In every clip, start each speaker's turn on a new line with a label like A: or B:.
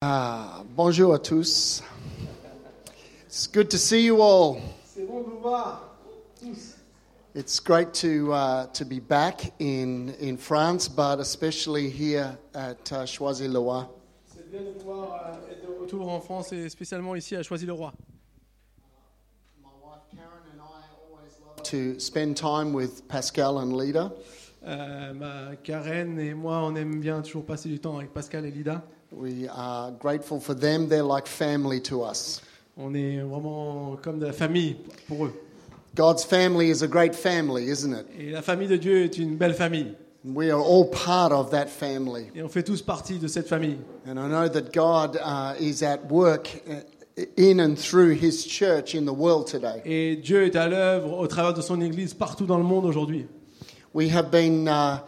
A: Ah, Bonjour à tous. It's good to see you all.
B: C'est bon de vous voir tous.
A: It's great to, uh, to be back in, in France, but especially here at uh, Choisy-le-Roi.
B: C'est bien de pouvoir euh, être de retour en France et spécialement ici à Choisy-le-Roi.
A: My wife Karen and I always love to spend time with Pascal and Lida.
B: Euh, ma Karen et moi, on aime bien toujours passer du temps avec Pascal et Lida.
A: We are grateful for them. They're like family to us.
B: On est vraiment comme de la famille pour eux.
A: God's family is a great family, isn't it?
B: Et la famille de Dieu est une belle famille.
A: We are all part of that family.
B: Et on fait tous partie de cette famille.
A: And I know that God uh, is at work uh, in and through His church in the world today.
B: Et Dieu est à l'œuvre au travers de son Église partout dans le monde aujourd'hui.
A: We have been uh,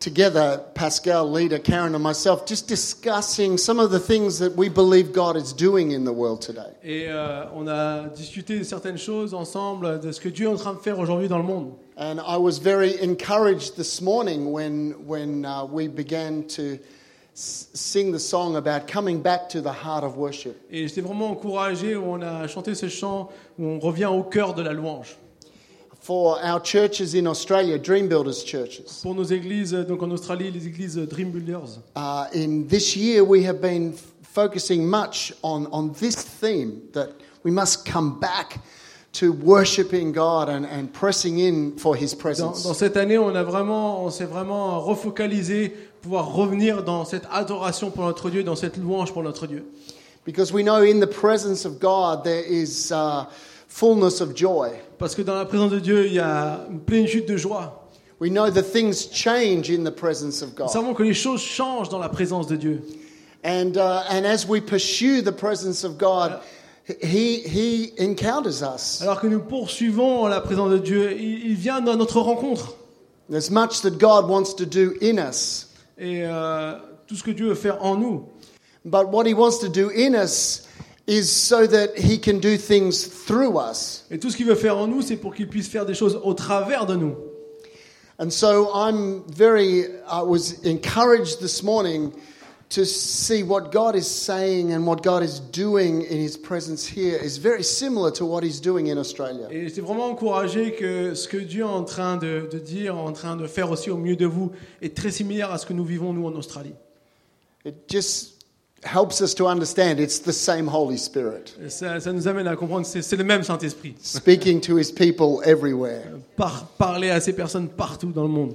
A: together, Pascal, leader Karen, and myself, just discussing some of the things that we believe God is doing in the world today.
B: Et euh, on a discuté de certaines choses ensemble de ce que Dieu est en train de faire aujourd'hui dans le monde.
A: And I was very encouraged this morning when, when uh, we began to s- sing the song about coming back to the heart of worship.
B: Et j'étais vraiment encouragé où on a chanté ce chant où on revient au cœur de la louange.
A: For our churches in Australia, Dream Builders churches,
B: Pour nos églises, donc en Australie, les églises Dream Builders.
A: uh, in this year we have been f- focusing much on, on this theme that we must come back to worshiping God and, and pressing in for His
B: Dans,
A: presence.
B: dans cette année, on a vraiment, on s'est vraiment refocalisé, pouvoir revenir dans cette adoration pour notre Dieu, dans cette louange pour notre Dieu.
A: Because we know in the presence of God there is uh, fullness of joy.
B: Parce que dans la présence de Dieu, il y a une plénitude de joie.
A: We know that things change in the presence of
B: Nous
A: God.
B: savons que les choses changent dans la présence de Dieu.
A: And, uh, and as we pursue the presence of God, he, he encounters us.
B: Alors que nous poursuivons la présence de Dieu, il, il vient dans notre rencontre.
A: There's much that God wants to do in us.
B: Et euh, tout ce que Dieu veut faire en nous,
A: But what he wants to do in us is so that he can do things through us.
B: Et tout ce qu'il veut faire en nous, c'est pour qu'il puisse faire des choses au travers de nous.
A: And so I'm very, I was encouraged this morning to see what God is saying and what God is doing in His presence here is very similar to what He's doing in Australia.
B: Et j'étais vraiment encouragé que ce que Dieu est en train de, de dire, en train de faire aussi au milieu de vous, est très similaire à ce que nous vivons, nous, en Australie.
A: It just helps us to understand it's the same Holy Spirit
B: Et ça, ça nous amène à comprendre que c'est- c'est le même Saint-Esprit.
A: speaking to His people everywhere.
B: Par, parler à ces personnes partout dans le monde.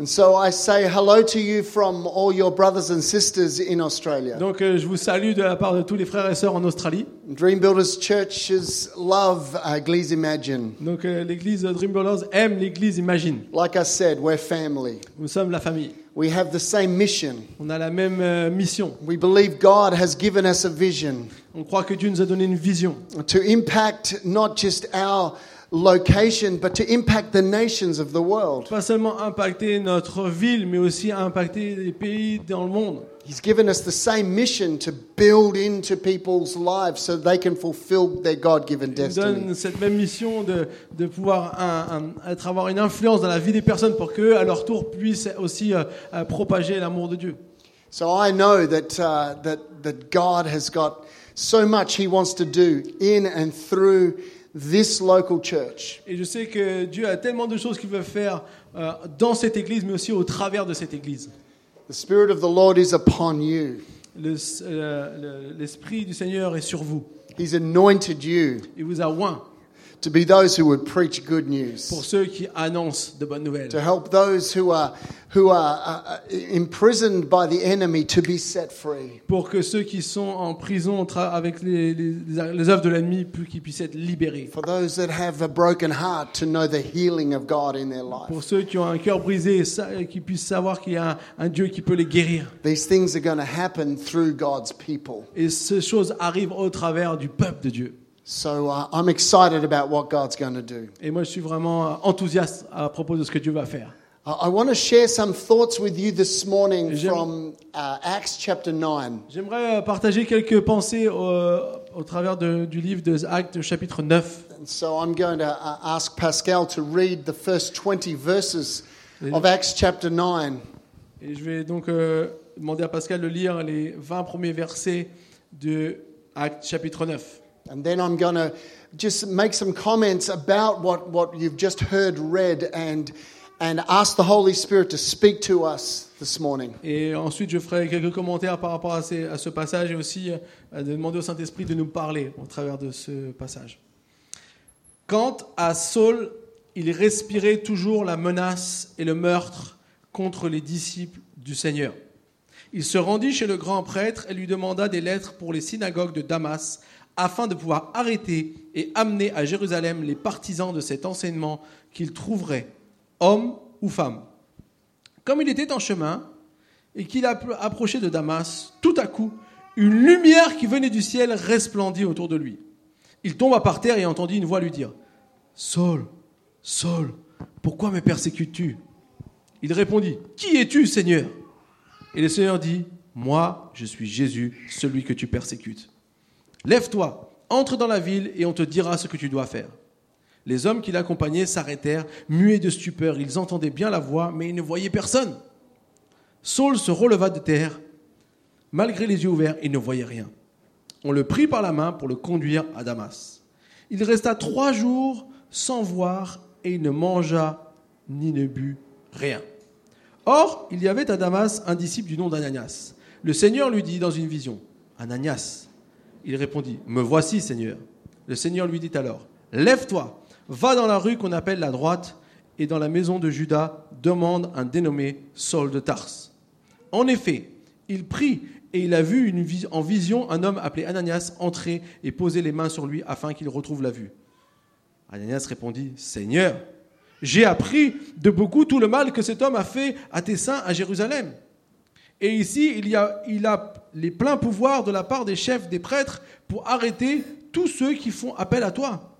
A: And so I say hello to you from all your brothers and sisters in Australia.
B: Donc euh, je vous salue de la part de tous les frères et sœurs en Australie.
A: Dream Builders churches love uh, Glees Imagine.
B: Donc euh, l'église Dream Builders aime l'église Imagine.
A: Like I said, we're family.
B: Nous sommes la famille.
A: We have the same mission.
B: On a la même euh, mission.
A: We believe God has given us a vision
B: On croit que Dieu nous a donné une vision.
A: to impact not just our location, but to impact the nations of the world.
B: pas seulement impacter notre ville, mais aussi impacter les pays dans le monde.
A: He's given us the same mission to build into people's lives so they can fulfill their God given
B: Il nous donne
A: destiny.
B: cette même mission de, de pouvoir un- un- être, avoir une influence dans la vie des personnes pour qu'eux, à leur tour, puissent aussi euh, euh, propager l'amour de Dieu.
A: So I know that, uh, that, that God has got so much He wants to do in and through this local church.
B: Et je sais que Dieu a tellement de choses qu'il veut faire euh, dans cette église, mais aussi au travers de cette église.
A: The Spirit of the Lord is upon you,
B: Le- euh, le- L'Esprit du Seigneur est sur vous.
A: He's anointed you
B: Il vous a oint
A: to be those who would preach good news.
B: pour ceux qui annoncent de bonnes nouvelles.
A: to help those who are who are uh, uh, imprisoned by the enemy to be set free.
B: pour que ceux qui sont en prison tra- avec les, les, les œuvres de l'ennemi pu- qu'ils puissent être libérés.
A: For those that have a broken heart to know the healing of God in their life.
B: Pour ceux qui ont un cœur brisé, sa- qu'ils puissent savoir qu'il y a un, un Dieu qui peut les guérir.
A: These things are going to happen through God's people.
B: Et ces choses arrivent au travers du peuple de Dieu.
A: So uh, I'm excited about what God's going to do.
B: Et moi, je suis vraiment euh, enthousiaste à propos de ce que Dieu va faire.
A: I, I want to share some thoughts with you this morning
B: J'aime-
A: from uh, Acts chapter 9.
B: J'aimerais euh, partager quelques pensées au, au travers de- du livre de Actes chapitre 9.
A: And so I'm going to uh, ask Pascal to read the first 20 verses of Acts chapter 9.
B: Et je vais donc euh, demander à Pascal de lire les 20 premiers versets de Acte chapitre 9.
A: And then I'm going to just make some comments about what, what you've just heard read and, and ask the Holy Spirit to speak to us this morning.
B: Et ensuite, je ferai quelques commentaires par rapport à, ces- à ce passage et aussi euh, de demander au Saint-Esprit de nous parler au travers de ce passage. Quant à Saul, il respirait toujours la menace et le meurtre contre les disciples du Seigneur. Il se rendit chez le grand prêtre et lui demanda des lettres pour les synagogues de Damas afin de pouvoir arrêter et amener à Jérusalem les partisans de cet enseignement qu'il trouverait, hommes ou femmes. Comme il était en chemin et qu'il appro- approchait de Damas, tout à coup, une lumière qui venait du ciel resplendit autour de lui. Il tomba par terre et entendit une voix lui dire Saul, Saul, pourquoi me persécutes-tu Il répondit Qui es-tu, Seigneur Et le Seigneur dit Moi, je suis Jésus, celui que tu persécutes. Lève-toi, entre dans la ville et on te dira ce que tu dois faire. Les hommes qui l'accompagnaient s'arrêtèrent, muets de stupeur. Ils entendaient bien la voix, mais ils ne voyaient personne. Saul se releva de terre. Malgré les yeux ouverts, il ne voyait rien. On le prit par la main pour le conduire à Damas. Il resta trois jours sans voir et il ne mangea ni ne but rien. Or, il y avait à Damas un disciple du nom d'Ananias. Le Seigneur lui dit dans une vision, Ananias. Il répondit, Me voici, Seigneur. Le Seigneur lui dit alors, Lève-toi, va dans la rue qu'on appelle la droite, et dans la maison de Judas, demande un dénommé Saul de Tarse. En effet, il prit et il a vu une vis- en vision un homme appelé Ananias entrer et poser les mains sur lui afin qu'il retrouve la vue. Ananias répondit, Seigneur, j'ai appris de beaucoup tout le mal que cet homme a fait à tes saints à Jérusalem. Et ici, il, y a, il a les pleins pouvoirs de la part des chefs des prêtres pour arrêter tous ceux qui font appel à toi.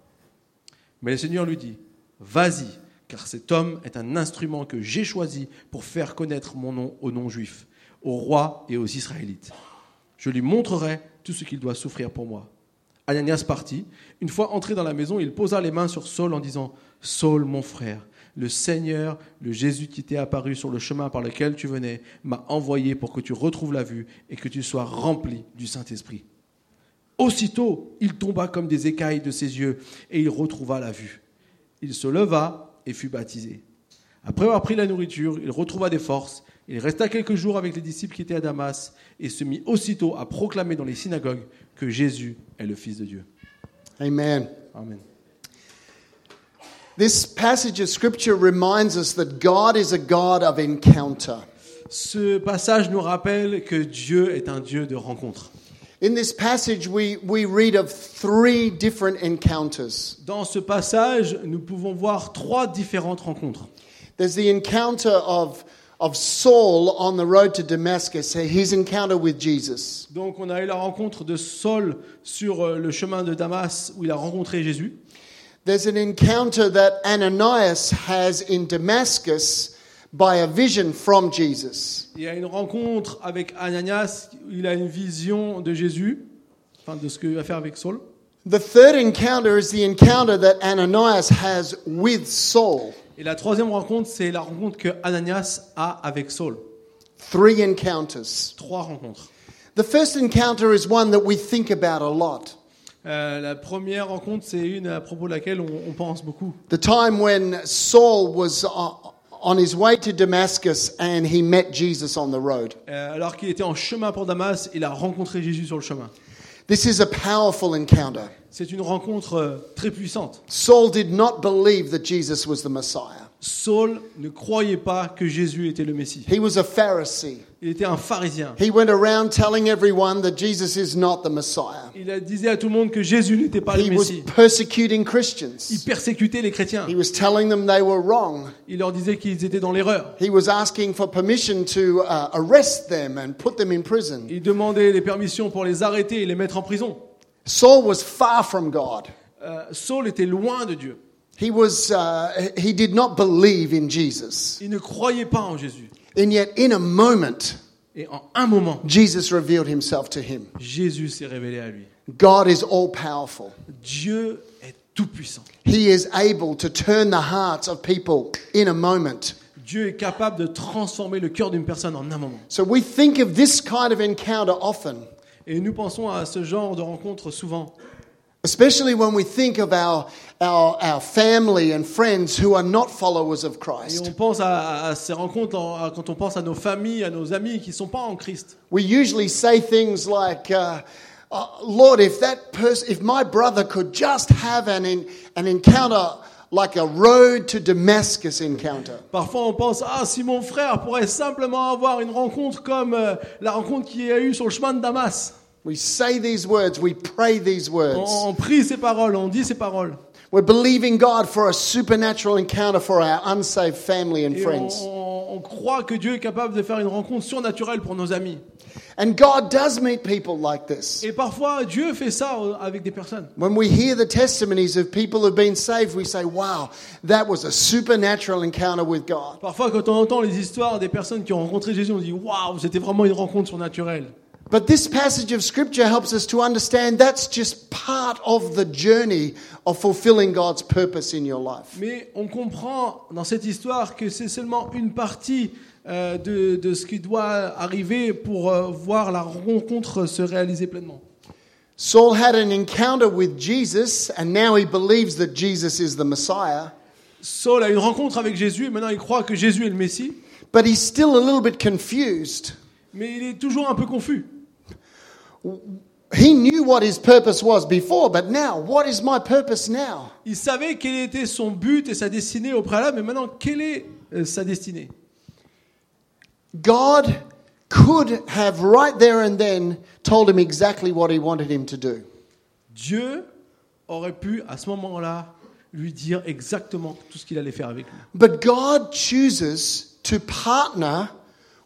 B: Mais le Seigneur lui dit, vas-y, car cet homme est un instrument que j'ai choisi pour faire connaître mon nom aux non-juifs, aux rois et aux Israélites. Je lui montrerai tout ce qu'il doit souffrir pour moi. Ananias partit. Une fois entré dans la maison, il posa les mains sur Saul en disant Saul, mon frère, le Seigneur, le Jésus qui t'est apparu sur le chemin par lequel tu venais, m'a envoyé pour que tu retrouves la vue et que tu sois rempli du Saint-Esprit. Aussitôt, il tomba comme des écailles de ses yeux et il retrouva la vue. Il se leva et fut baptisé. Après avoir pris la nourriture, il retrouva des forces. Il resta quelques jours avec les disciples qui étaient à Damas et se mit aussitôt à proclamer dans les synagogues que Jésus est le Fils de Dieu.
A: Amen.
B: Amen.
A: This passage of Scripture reminds us that God is a God of encounter.
B: Ce passage nous rappelle que Dieu est un Dieu de rencontre.
A: In this passage, we, we read of three different encounters
B: Dans ce passage, nous pouvons voir trois différentes rencontres.
A: there's the encounter of, of Saul on the road to Damascus, his encounter with Jesus.
B: Donc on a eu la rencontre de Saul sur euh, le chemin de Damas où il a rencontré Jésus.
A: There's an encounter that Ananias has in Damascus by a vision from Jesus.
B: Il y a une rencontre avec Ananias, où il a une vision de Jésus, enfin de ce qu'il va faire avec Saul.
A: The third encounter is the encounter that Ananias has with Saul.
B: Et la troisième rencontre, c'est la rencontre que Ananias a avec Saul.
A: Three encounters.
B: Trois rencontres.
A: The first encounter is one that we think about a lot.
B: Euh, la première rencontre, c'est une à propos de laquelle on, on pense beaucoup.
A: The time when Saul was o- on his way to Damascus and he met Jesus on the road.
B: Euh, alors qu'il était en chemin pour Damas, il a rencontré Jésus sur le chemin.
A: This is a powerful encounter.
B: C'est une rencontre euh, très puissante.
A: Saul did not believe that Jesus was the Messiah,
B: Saul ne croyait pas que Jésus était le Messie.
A: he was a Pharisee.
B: Il était un pharisien.
A: He went around telling everyone that Jesus is not the Messiah.
B: Il a- disait à tout le monde que Jésus n'était pas le
A: He was
B: Messie.
A: persecuting
B: Il
A: Christians.
B: persécutait les chrétiens.
A: He was telling them they were wrong.
B: Il leur disait qu'ils étaient dans l'erreur.
A: He was asking for permission to uh, arrest them and put them in prison.
B: Il demandait les permissions pour les arrêter et les mettre en prison.
A: Saul was far from God.
B: Euh, Saul était loin de Dieu.
A: He was uh, he did not believe in Jesus.
B: Il ne croyait pas en Jésus.
A: And yet in a moment
B: Et en un moment,
A: Jesus revealed himself to him.
B: Jésus s'est révélé à lui.
A: God is all powerful.
B: Dieu est tout-puissant.
A: He is able to turn the hearts of people in a moment.
B: Dieu est capable de transformer le cœur d'une personne en un moment.
A: So we think of this kind of encounter often.
B: Et nous pensons à ce genre de rencontres souvent.
A: Especially when we think of our, our, our family and friends who are not followers of
B: Et on
A: Christ.
B: pense à, à ces rencontres en- à- quand on pense à nos familles, à nos amis qui ne sont pas en Christ.
A: We usually say things like, uh, "Oh, Lord, if that person, if my brother could just have an, in, an encounter like a road to Damascus encounter.
B: Parfois, on pense Ah, si mon frère pourrait simplement avoir une rencontre comme euh, la rencontre qu'il a eue sur le chemin de Damas.
A: We say these words, we pray these
B: On,
A: words.
B: on prie ces paroles, on dit ces paroles.
A: We're believing God for a supernatural encounter for our unsaved family and
B: Et on,
A: friends.
B: on- on croit que Dieu est capable de faire une rencontre surnaturelle pour nos amis.
A: And God does meet people like this.
B: Et parfois, Dieu fait ça euh, avec des personnes.
A: When we hear the testimonies of people who've been saved, we say, wow, that was a supernatural encounter with God.
B: Parfois, quand on entend les histoires des personnes qui ont rencontré Jésus, on dit Waouh, c'était vraiment une rencontre surnaturelle.
A: But this passage of Scripture helps us to understand that's just part of the journey of fulfilling God's purpose in your life.
B: Mais on comprend dans cette histoire que c'est seulement une partie euh, de, de ce qui doit arriver pour euh, voir la rencontre se réaliser pleinement.
A: Saul had an encounter with Jesus, and now he believes that Jesus is the Messiah,
B: Saul a une rencontre avec Jésus et maintenant il croit que Jésus est le Messie,
A: but he's still a little bit confused.
B: mais il est toujours un peu confus.
A: He knew what his purpose was before, but now, what is my purpose now?
B: Il savait quel était son but et sa destinée au préalable, mais maintenant quelle est euh, sa destinée
A: God could have right there and then told him exactly what he wanted him to do.
B: Dieu aurait pu à ce moment-là lui dire exactement tout ce qu'il allait faire avec lui.
A: But God chooses to partner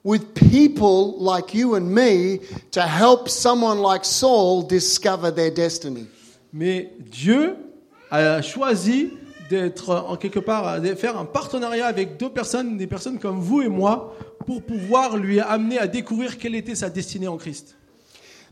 A: with people like you and me to help someone like Saul discover their destiny.
B: Mais Dieu a choisi d'être euh, en quelque part, de faire un partenariat avec deux personnes, des personnes comme vous et moi, pour pouvoir lui amener à découvrir quelle était sa destinée en Christ.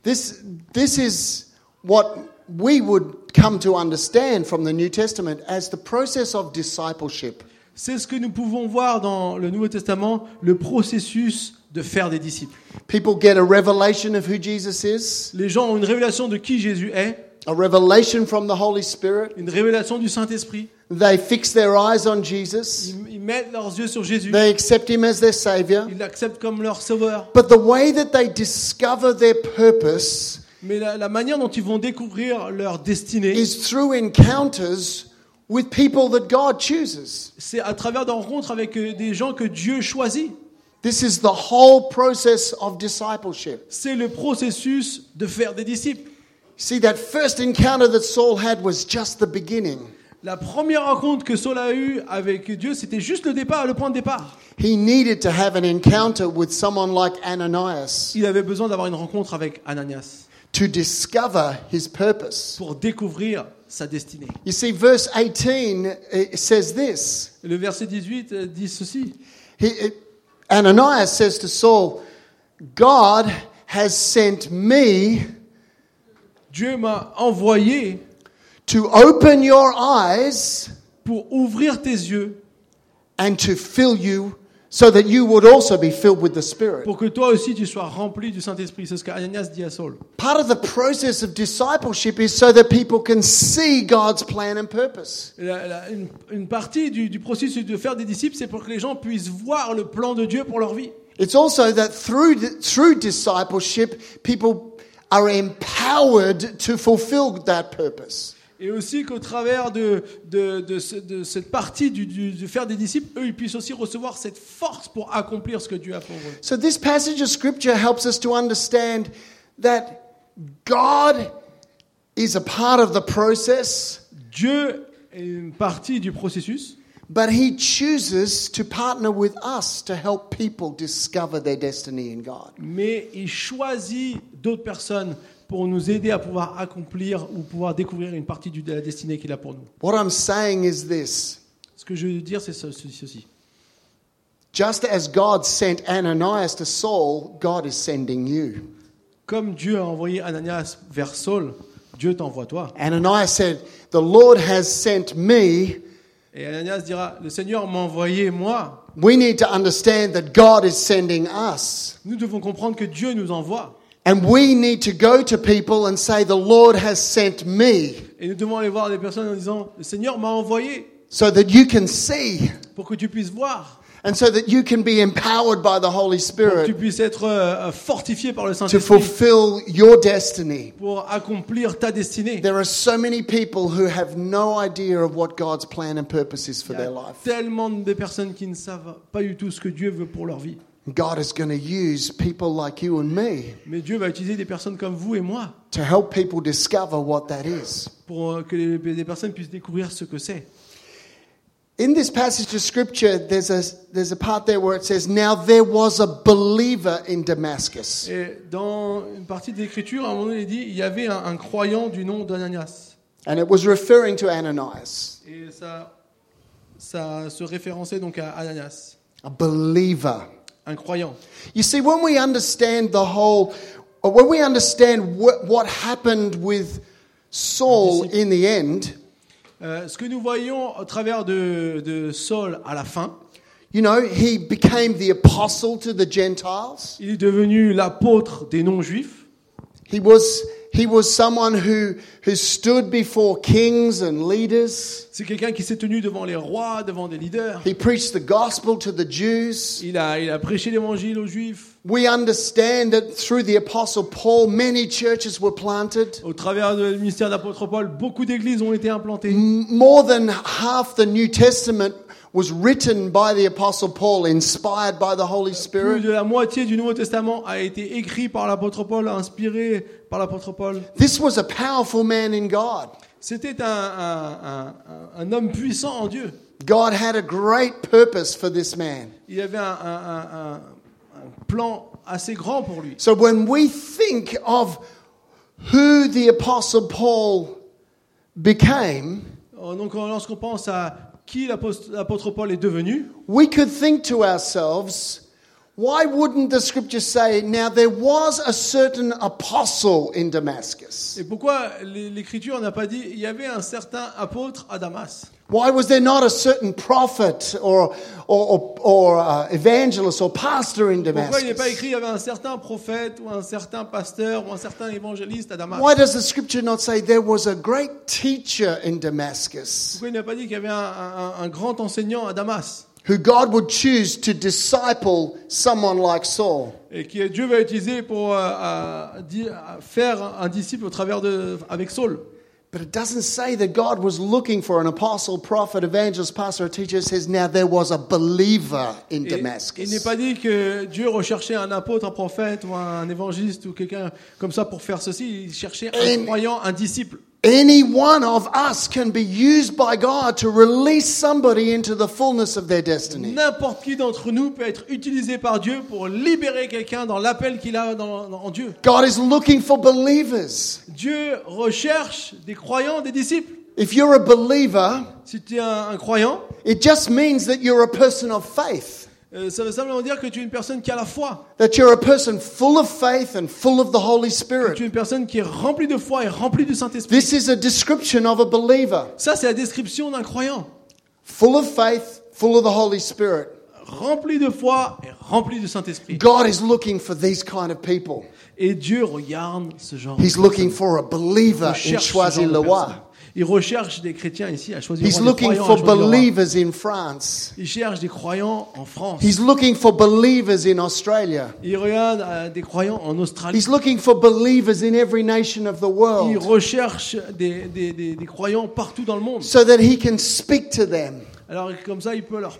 A: This, this is what we would come to understand from the New Testament as the process of discipleship.
B: C'est ce que nous pouvons voir dans le Nouveau Testament, le processus de faire des disciples.
A: People get a revelation of who Jesus is,
B: Les gens ont une révélation de qui Jésus est,
A: a revelation from the Holy Spirit.
B: une révélation du Saint-Esprit.
A: They fix their eyes on Jesus.
B: Ils, ils mettent leurs yeux sur Jésus,
A: They accept him as their savior.
B: ils l'acceptent comme leur sauveur.
A: But the way that they discover their purpose
B: Mais la, la manière dont ils vont découvrir leur destinée,
A: is through encounters with people that God chooses.
B: c'est à travers des rencontres avec euh, des gens que Dieu choisit.
A: This is the whole process of discipleship.
B: c'est le processus de faire des disciples.
A: See, that first encounter that Saul had was just the beginning.
B: La première rencontre que Saul a eue avec Dieu, c'était juste le départ, le point de départ.
A: He needed to have an encounter with someone like Ananias
B: Il avait besoin d'avoir une rencontre avec Ananias
A: to discover his purpose.
B: pour découvrir sa destinée.
A: You see, verse 18 it says this.
B: Le verset 18 euh, dit ceci.
A: He, it, Ananias says to Saul, God has sent me
B: Dieu m'a envoyé
A: to open your eyes
B: pour ouvrir tes yeux,
A: and to fill you so that you would also be filled with the Spirit.
B: pour que toi aussi tu sois rempli du Saint-Esprit. C'est ce qu'Ananias dit à Saul.
A: Part of the process of discipleship is so that people can see God's plan and purpose.
B: La- la- une, une partie du, du processus de faire des disciples, c'est pour que les gens puissent voir le plan de Dieu pour leur vie.
A: It's also that through, through discipleship, people are empowered to fulfill that purpose.
B: Et aussi qu'au travers de, de, de ce- de cette partie du, du- de faire des disciples, eux, ils puissent aussi recevoir cette force pour accomplir ce que Dieu a pour eux.
A: So, this passage of scripture helps us to understand that God is a part of the process,
B: Dieu est une partie du processus,
A: but He chooses to partner with us to help people discover their destiny in God.
B: mais il choisit d'autres personnes pour nous aider à pouvoir accomplir ou pouvoir découvrir une partie du- de la destinée qu'il a pour nous.
A: What I'm saying is this
B: Ce que je veux dire, c'est ce- ce- ceci.
A: just as God sent Ananias to Saul, God is sending you.
B: Comme Dieu a envoyé Ananias vers Saul, Dieu t'envoie toi.
A: Ananias said, The Lord has sent me.
B: Et Ananias dira, le Seigneur m'a envoyé moi.
A: We need to understand that God is sending us.
B: Nous devons comprendre que Dieu nous envoie.
A: And we need to go to people and say, The Lord has sent me,
B: Et nous devons aller voir des personnes en disant, le Seigneur m'a envoyé
A: so that you can see,
B: pour que tu puisses voir,
A: and so that you can be empowered by the Holy
B: pour que tu
A: Spirit
B: puisses être euh, fortifié par le
A: to
B: Saint-Esprit
A: fulfill your destiny.
B: pour accomplir ta destinée.
A: There are so many people who have no idea of what God's plan and purpose is for
B: Il y
A: their
B: a
A: life.
B: tellement de personnes qui ne savent pas du tout ce que Dieu veut pour leur vie.
A: God is going to use people like you and me
B: Mais Dieu va utiliser des personnes comme vous et moi
A: to help people discover what that is.
B: pour euh, que les, les personnes puissent découvrir ce que c'est.
A: In this passage of scripture, there's a, there's a part there where it says, Now there was a believer in Damascus.
B: Et dans une partie de l'écriture, à un moment donné, il dit il y avait un, un croyant du nom d'Ananias.
A: And it was referring to Ananias,
B: Et ça, ça se référençait donc à Ananias,
A: a believer.
B: un croyant.
A: You see, when we understand the whole, or when we understand what, what happened with Saul in the end,
B: Euh, ce que nous voyons au travers de, de Saul à la fin,
A: you know, he became the apostle to the Gentiles.
B: il est devenu l'apôtre des non-juifs.
A: He was, he was someone who, who stood before kings and leaders.
B: C'est quelqu'un qui s'est tenu devant les rois, devant des leaders.
A: He preached the gospel to the Jews.
B: Il a, il a prêché l'évangile aux juifs.
A: We understand that through the Apostle Paul, many churches were planted.
B: Au travers du ministère de l'apôtre Paul, beaucoup d'églises ont été implantées.
A: M- More than half the New Testament was written by the Apostle Paul, inspired by the Holy
B: Plus
A: Spirit.
B: de la moitié du Nouveau Testament a été écrit par l'apôtre Paul, inspiré par l'apôtre Paul.
A: This was a powerful man in God.
B: C'était un, un- un- un homme puissant en Dieu.
A: God had a great purpose for this man.
B: Il avait un, un- un- un- un plan assez grand pour lui.
A: So when we think of who the Apostle Paul became,
B: Euh, Donc lorsqu'on pense à qui l'apost- l'apôtre Paul est devenu,
A: we could think to ourselves, why wouldn't the scripture say, now there was a certain apostle in Damascus?
B: et pourquoi l'é- l'Écriture n'a pas dit il y avait un certain apôtre à Damas
A: Why was there not a certain prophet or, or, or, or uh, evangelist or pastor in
B: Pourquoi il n'est pas
A: Damascus?
B: écrit il y avait un certain prophète ou un certain pasteur ou un certain évangéliste à Damas
A: Why does the scripture not say there was a great teacher in Damascus
B: Pourquoi il n'a pas dit qu'il y avait un, un- un grand enseignant à Damas
A: who God would choose to disciple someone like Saul?
B: et que Dieu va utiliser pour euh, à- di- à faire un disciple au travers de avec Saul.
A: But it doesn't say that God was looking for an apostle, prophet, evangelist, pastor, or teacher. It says now there was a believer in
B: Et-
A: Damascus.
B: il n'est pas dit que Dieu recherchait un apôtre, un prophète ou un évangéliste ou quelqu'un comme ça pour faire ceci. Il cherchait un
A: Et-
B: croyant, un disciple.
A: Any one of us can be used by God to release somebody into the fullness of their destiny.
B: N'importe qui d'entre nous peut être utilisé par Dieu pour libérer quelqu'un dans l'appel qu'il a dans- dans- en Dieu.
A: God is looking for believers.
B: Dieu recherche des croyants, des disciples.
A: If you're a believer,
B: Si tu es un, un croyant,
A: it just means that you're a person of faith,
B: euh, ça veut simplement dire que tu es une personne qui a la foi.
A: that you're a person full of faith and full of the Holy
B: Tu
A: Spirit.
B: es une personne qui est remplie de foi et remplie du Saint-Esprit.
A: This is a description of a believer
B: Ça, c'est la description d'un croyant.
A: full of faith, full of the Holy Spirit.
B: Rempli de foi et rempli du Saint-Esprit.
A: God is looking for these kind of people.
B: Et Dieu regarde ce genre. de
A: He's looking for a believer in
B: personnes. Il recherche ce genre de personnes.
A: Choisy-le-Roi.
B: Il recherche des chrétiens ici à choisir.
A: He's looking for believers in France.
B: Il cherche des croyants en France.
A: He's looking for believers in Australia.
B: Il regarde euh, des croyants en Australie.
A: He's looking for believers in every nation of the
B: Il
A: world
B: recherche des, des- des- des croyants partout dans le monde.
A: so that he can speak to them
B: Alors comme ça, il peut leur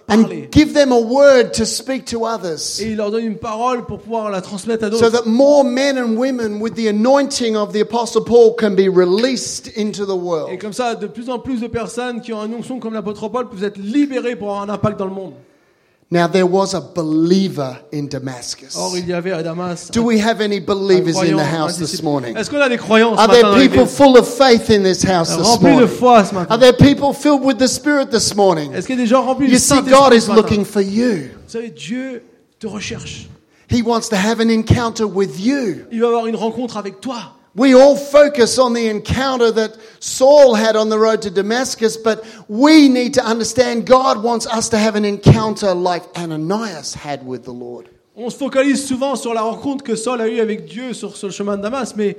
A: and
B: parler.
A: give them a word to speak to others
B: Et il leur donne une parole pour pouvoir la transmettre à
A: so
B: d'autres.
A: that more men and women with the anointing of the Apostle Paul can be released into the
B: Et
A: world.
B: comme ça, de plus en plus de personnes qui ont un onction comme l'apôtre Paul, vous êtes libérés pour avoir un impact dans le monde.
A: Now, there was a believer in
B: Or,
A: Damascus.
B: il y avait à Damas
A: Do we have any
B: un
A: believers in
B: croyant,
A: the
B: un
A: house this
B: disciple.
A: morning?
B: Est-ce qu'on a des croyants ce
A: Are
B: matin
A: there
B: dans
A: people
B: l'église
A: full of faith in this house this
B: Remplis de
A: morning?
B: foi ce
A: Are
B: matin.
A: there people filled with the Spirit this morning?
B: Est-ce qu'il y a des gens remplis
A: You
B: du
A: see,
B: Saint-Esprit
A: God is
B: ce matin
A: looking for you.
B: Vous savez, Dieu te recherche.
A: He wants to have an encounter with you.
B: Il va avoir une rencontre avec toi.
A: We all focus on the encounter that Saul had on the road to Damascus, but we need to understand God wants us to have an encounter like Ananias had with the Lord.
B: on se focalise souvent sur la rencontre que Saul a eue avec Dieu sur, sur le chemin de Damas, mais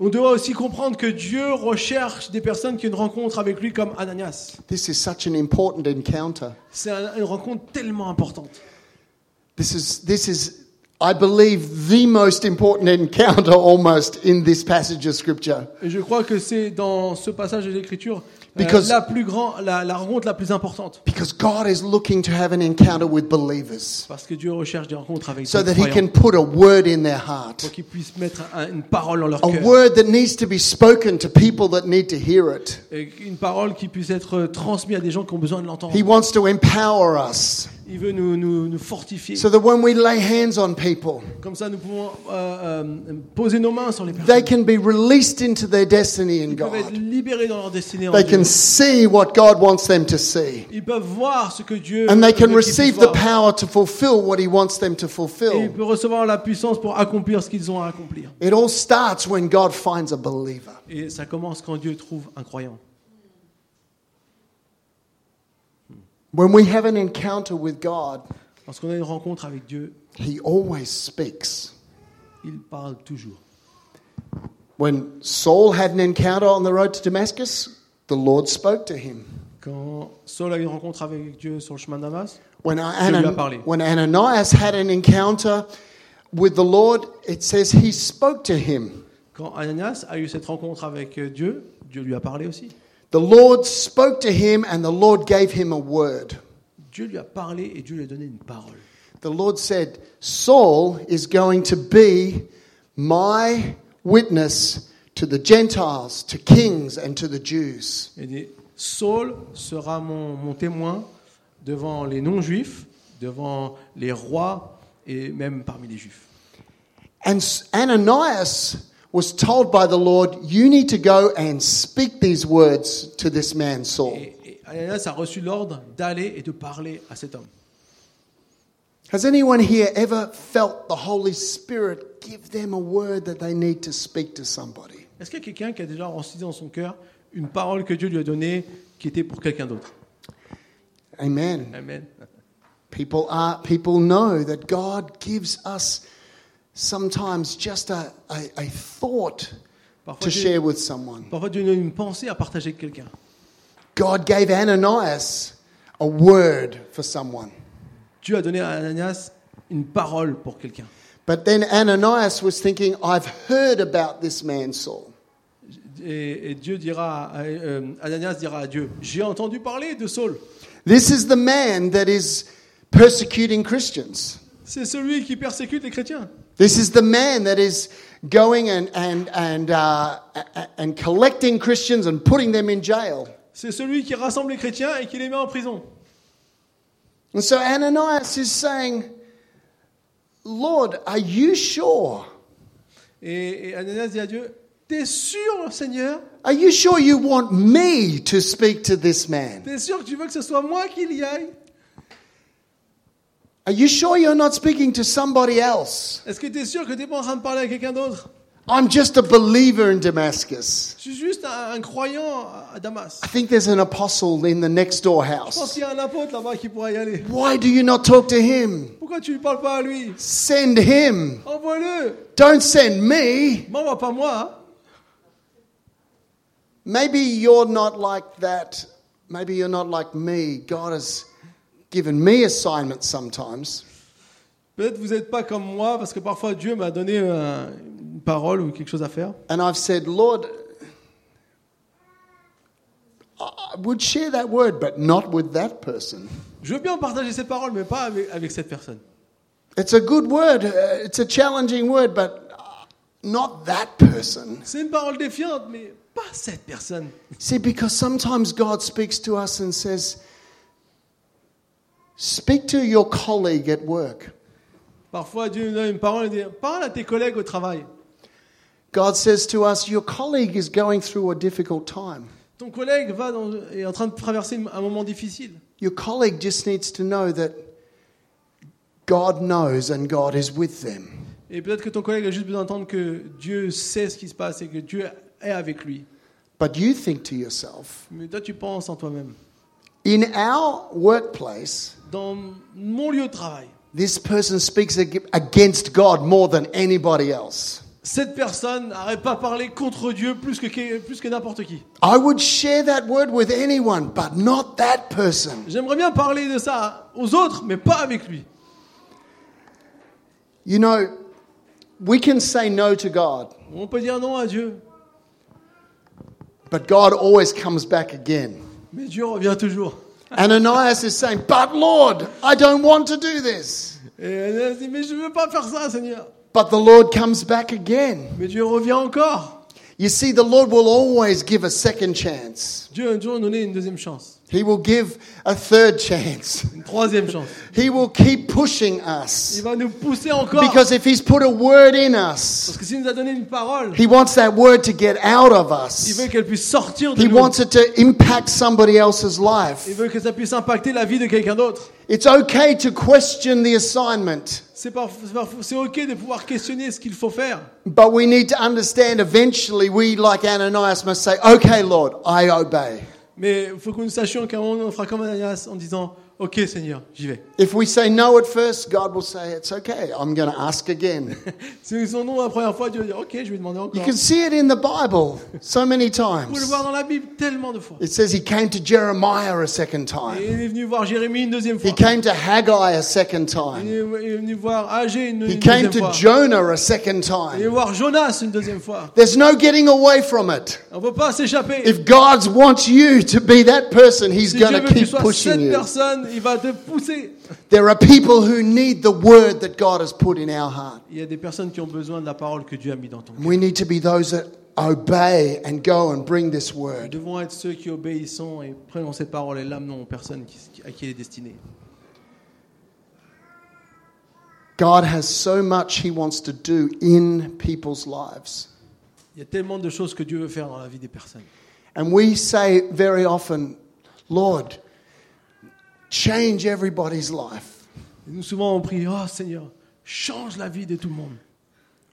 B: on doit aussi comprendre que Dieu recherche des personnes qui ont une rencontre avec lui comme Ananias.
A: This is such an important encounter.
B: C'est un- une rencontre tellement importante.
A: This is, this is, I believe, the most important encounter almost in this passage of Scripture.
B: Et je crois que c'est dans ce passage de l'Écriture euh,
A: Because-
B: la, plus grand, la, la rencontre la plus importante.
A: Because God is looking to have an encounter with believers
B: Parce que Dieu recherche des rencontres avec
A: so
B: des
A: that He can
B: croyants
A: put a word in their
B: pour
A: heart.
B: qu'ils puissent mettre un- une parole dans leur
A: A
B: cœur.
A: word that needs to be spoken to people that need to hear it.
B: Et Une parole qui puisse être transmise à des gens qui ont besoin de l'entendre.
A: He wants to empower us
B: Il veut nous, nous, nous fortifier.
A: so that when we lay hands on people,
B: Comme ça, nous pouvons euh, euh, poser nos mains sur les
A: they can
B: personnes.
A: be released into their destiny in
B: Ils peuvent être
A: God.
B: libérés dans leur destinée en
A: They
B: Dieu.
A: can see what God wants them to see.
B: Ils peuvent voir ce que Dieu
A: And they can
B: veut qu'ils puissent
A: receive the
B: voir.
A: power to fulfill what He wants them to
B: Et
A: fulfill.
B: ils peuvent recevoir la puissance pour accomplir ce qu'ils ont à accomplir.
A: It all starts when God finds a believer.
B: Et ça commence quand Dieu trouve un croyant.
A: When we have an encounter with God,
B: Lorsqu'on a une rencontre avec Dieu,
A: He always speaks.
B: il parle toujours.
A: When Saul had an encounter on the road to Damascus, the Lord spoke to him.
B: Quand Saul a eu une rencontre avec Dieu sur le chemin de Damas,
A: When,
B: lui a
A: Anan-
B: parlé.
A: when Ananias had an encounter with the Lord, it says He spoke to him.
B: quand Ananias a eu cette rencontre avec euh, Dieu, Dieu lui a parlé aussi.
A: The Lord spoke to him, and the Lord gave him a word.
B: Dieu lui a parlé et Dieu lui a donné une parole.
A: The Lord said, Saul is going to be my witness to the Gentiles, to kings, and to the Jews.
B: Il dit Saul sera mon, mon témoin devant les non-juifs, devant les rois et même parmi les juifs.
A: And S- Ananias was told by the Lord, You need to go and speak these words to this man, Saul.
B: Et, et Ananias a reçu l'ordre d'aller et de parler à cet homme.
A: Has anyone here ever felt the Holy Spirit give them a word that they need to speak to somebody?
B: Est-ce qu'il y a quelqu'un qui a déjà ressenti dans son cœur une parole que Dieu lui a donnée qui était pour quelqu'un d'autre
A: Amen.
B: Amen.
A: People are people know that God gives us sometimes just a, a, a thought
B: Parfois
A: to
B: Dieu,
A: share with someone.
B: parfois, Dieu donne une pensée à partager avec quelqu'un.
A: God gave Ananias a word for someone.
B: Dieu a donné à Ananias une parole pour quelqu'un.
A: But then Ananias was thinking, I've heard about this man Saul.
B: Et, et Dieu dira, à- à- euh, Ananias dira à Dieu, j'ai entendu parler de Saul.
A: This is the man that is persecuting Christians.
B: C'est celui qui persécute les chrétiens.
A: This is the man that is going and, and, and, uh, a- a- and collecting Christians and putting them in jail.
B: C'est celui qui rassemble les chrétiens et qui les met en prison.
A: And so Ananias is saying, Lord, are you sure?
B: Et, et Ananias dit à Dieu, t'es sûr, Seigneur
A: Are you sure you want me to speak to this man?
B: T'es sûr que tu veux que ce soit moi qui y aille
A: Are you sure you're not speaking to somebody else?
B: Est-ce que t'es sûr que t'es pas en train de parler à quelqu'un d'autre
A: I'm just a believer in Damascus.
B: Je suis juste un, un croyant à Damas.
A: I think there's an apostle in the next door
B: Je pense
A: house.
B: qu'il y a un apôtre là-bas qui pourra y aller.
A: Why do you not talk to him?
B: Pourquoi tu lui parles pas à lui
A: Send him.
B: Envoie-le
A: Don't send me.
B: M'envoie pas moi hein.
A: Maybe you're not like that. Maybe you're not like me. God has given me assignments sometimes.
B: Peut-être vous n'êtes pas comme moi, parce que parfois Dieu m'a donné euh, une parole ou quelque chose à faire.
A: And I've said, Lord, I I would share that word, but not with that person.
B: Je veux bien partager cette parole, mais pas avec, avec cette personne.
A: It's a good word, uh, it's a challenging word, but uh, not that person.
B: C'est une parole défiante, mais pas cette personne.
A: See, because sometimes God speaks to us and says, Speak to your colleague at work.
B: Parfois, Dieu nous donne une parole et dit Parle à tes collègues au travail.
A: God says to us, Your colleague is going through a difficult time.
B: Ton collègue va dans, est en train de traverser une- un moment difficile.
A: Your colleague just needs to know that God knows and God is with them.
B: Et peut-être que ton collègue a juste besoin d'entendre que Dieu sait ce qui se passe et que Dieu est avec lui.
A: But you think to yourself,
B: Mais toi, tu penses en toi-même.
A: in our workplace,
B: Dans mon lieu de travail,
A: This person speaks ag- against God more than anybody else.
B: Cette personne n'arrête pas parlé contre Dieu plus que, plus que n'importe qui.
A: I would share that word with anyone, but not that person.
B: J'aimerais bien parler de ça aux autres, mais pas avec lui.
A: You know, we can say no to God,
B: On peut dire non à Dieu,
A: but God always comes back again.
B: mais Dieu revient toujours.
A: Ananias is saying, But Lord, I don't want to do this.
B: Et Ananias dit, mais je ne veux pas faire ça, Seigneur.
A: But the Lord comes back again.
B: Mais Dieu revient encore.
A: You see, the Lord will always give a second chance,
B: Dieu a toujours donné une deuxième chance,
A: He will give a third chance.
B: une troisième chance.
A: He will keep pushing
B: Il
A: us.
B: va nous pousser encore.
A: Because if He's put a word in us,
B: Parce que s'il nous a donné une parole,
A: He wants that word to get out of
B: il
A: us.
B: veut qu'elle puisse sortir de
A: He
B: nous.
A: wants it to impact somebody else's
B: Il
A: life.
B: veut que ça puisse impacter la vie de quelqu'un d'autre.
A: It's okay to question the assignment,
B: C'est par- c'est par- c'est ok de pouvoir questionner ce qu'il faut faire.
A: but we need to understand eventually we, like Ananias, must say, Okay, Lord, I obey.
B: Mais il faut que nous sachions qu'à un moment, on fera comme Ananias en disant Ok, Seigneur, j'y vais.
A: If we say no at first, God will say, It's okay, I'm going to ask again.
B: Si nous disons non la première fois, Dieu va dire Ok, je vais demander
A: You
B: encore.
A: can see it in the Bible so many
B: Vous pouvez le
A: times.
B: voir dans la Bible tellement de fois.
A: It says he came to Jeremiah a second
B: Et
A: time,
B: il est venu voir Jérémie une deuxième
A: he
B: fois.
A: cagame to Haggai a second
B: Il
A: time,
B: est il est venu voir Agé une,
A: he
B: une
A: came
B: deuxième
A: to
B: fois.
A: Jonah a second
B: Il est venu
A: time.
B: voir Jonas une deuxième fois.
A: There's no getting away from it.
B: On ne peut pas s'échapper.
A: If God wants you to be that person, he's
B: Si Dieu
A: going
B: veut
A: to
B: que tu
A: keep
B: sois
A: pushing
B: cette
A: you.
B: personne, il va te pousser.
A: There are people who need the word that God has put in our heart.
B: Il y a des personnes qui ont besoin de la parole que Dieu a mis dans ton cœur.
A: We need to be those that obey and go and bring this
B: Nous
A: word.
B: devons être ceux qui obéissons et prenons ces paroles et l'amenons aux personnes qui- à qui elle est destinée.
A: God has so much he wants to do in people's lives.
B: Il y a tellement de choses que Dieu veut faire dans la vie des personnes.
A: And we say very often, Lord, change everybody's life.
B: Et nous souvent on prie, oh Seigneur, change la vie de tout le monde.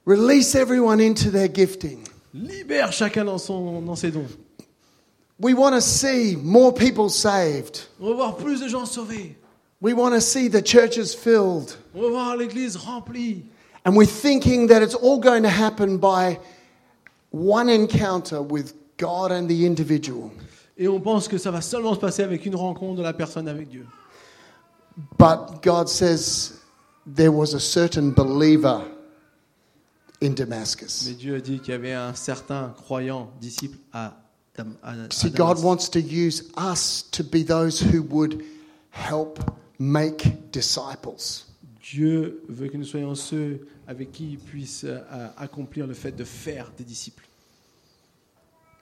A: Release everyone into their gifting.
B: Libère chacun dans, son, dans ses dons.
A: We want to see more people saved.
B: On va voir plus de gens sauvés.
A: We want to see the churches filled.
B: On va voir l'église remplie.
A: And we're thinking that it's all going to happen by one encounter with God and the individual.
B: Et on pense que ça va seulement se passer avec une rencontre de la personne avec Dieu.
A: But God says there was a certain believer in Damascus.
B: Mais Dieu a dit qu'il y avait un certain croyant, disciple à, Dam- à- à
A: See, God
B: Damas.
A: wants to use us to be those who would help make disciples.
B: Dieu veut que nous soyons ceux avec qui il puisse euh, accomplir le fait de faire des disciples.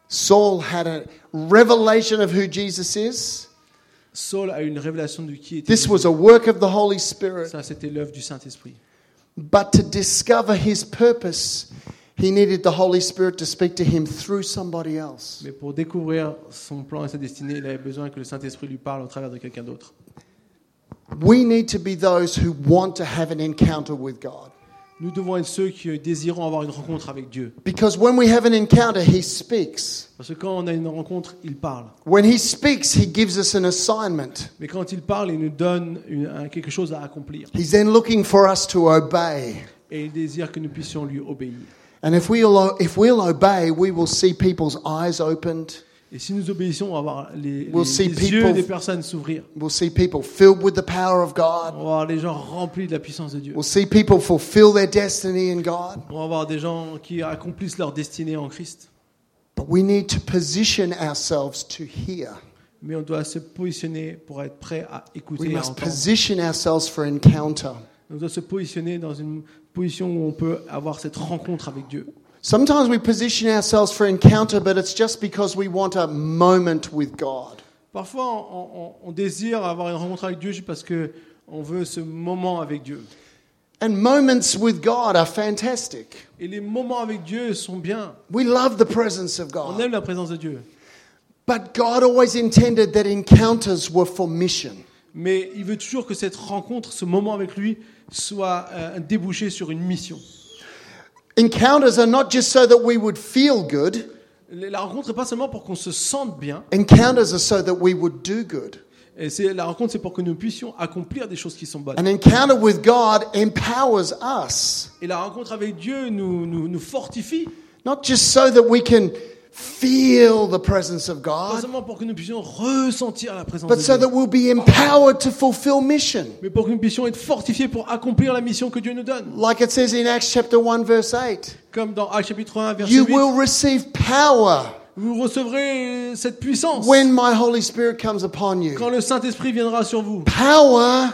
A: Saul had a revelation of who Jesus is.
B: Saul a eu une révélation de qui était.
A: This
B: Jésus.
A: was a work of the Holy Spirit.
B: Ça, c'était l'œuvre du Saint-Esprit.
A: But to discover his purpose, he needed the Holy Spirit to speak to him through somebody else.
B: Mais pour découvrir son plan et sa destinée, il avait besoin que le Saint-Esprit lui parle au travers de quelqu'un d'autre.
A: We need to be those who want to have an encounter with God.
B: Nous devons être ceux qui désirons avoir une rencontre avec Dieu.
A: Because when we have an encounter, he speaks.
B: Parce que quand on a une rencontre, il parle.
A: When he speaks, he gives us an assignment.
B: Mais quand il parle, il nous donne une- un- quelque chose à accomplir.
A: He's then looking for us to obey.
B: Et il désire que nous puissions lui obéir.
A: And if we'll, if we'll obey, we will see people's eyes opened.
B: Et si nous obéissons, on va voir les, les-
A: We'll see
B: les yeux
A: people-
B: des personnes s'ouvrir.
A: We'll see people filled with the power of
B: On
A: God.
B: va voir les gens remplis de la puissance de Dieu.
A: We'll see people fulfill their destiny in God.
B: On va voir des gens qui accomplissent leur destinée en Christ.
A: But we need to position ourselves to hear.
B: Mais on doit se positionner pour être prêt à
A: We
B: écouter et à
A: must
B: entendre.
A: position ourselves for encounter.
B: On doit se positionner dans une position où on peut avoir cette rencontre avec Dieu.
A: Sometimes we position ourselves for encounter, but it's just because we want a moment with God.
B: Parfois, on, on- on désire avoir une rencontre avec Dieu juste parce que on veut ce moment avec Dieu.
A: And moments with God are fantastic.
B: Et les moments avec Dieu sont bien.
A: We love the presence of
B: On
A: God.
B: aime la présence de Dieu.
A: But God always intended that encounters were for mission.
B: Mais il veut toujours que cette rencontre, ce moment avec lui, soit euh, un débouché sur une mission.
A: Encounters are not just so that we would feel good,
B: La rencontre n'est pas seulement pour qu'on se sente bien,
A: encounters are so that we would do good.
B: Et c'est, la rencontre, c'est pour que nous puissions accomplir des choses qui sont bonnes.
A: An encounter with God empowers us,
B: Et la rencontre avec Dieu nous, nous, nous fortifie,
A: not just so that we can feel the presence of
B: pas
A: God,
B: seulement pour que nous puissions ressentir la présence
A: but
B: de
A: so
B: Dieu,
A: that we'll be empowered to fulfill mission.
B: mais pour que nous puissions être fortifiés pour accomplir la mission que Dieu nous donne.
A: Like it says in Acts chapter 1, verse 8
B: Comme dans Acte chapitre 1, verset
A: You
B: 8,
A: will receive power
B: vous recevrez cette puissance
A: when my Holy Spirit comes upon you.
B: quand le Saint-Esprit viendra sur vous.
A: Power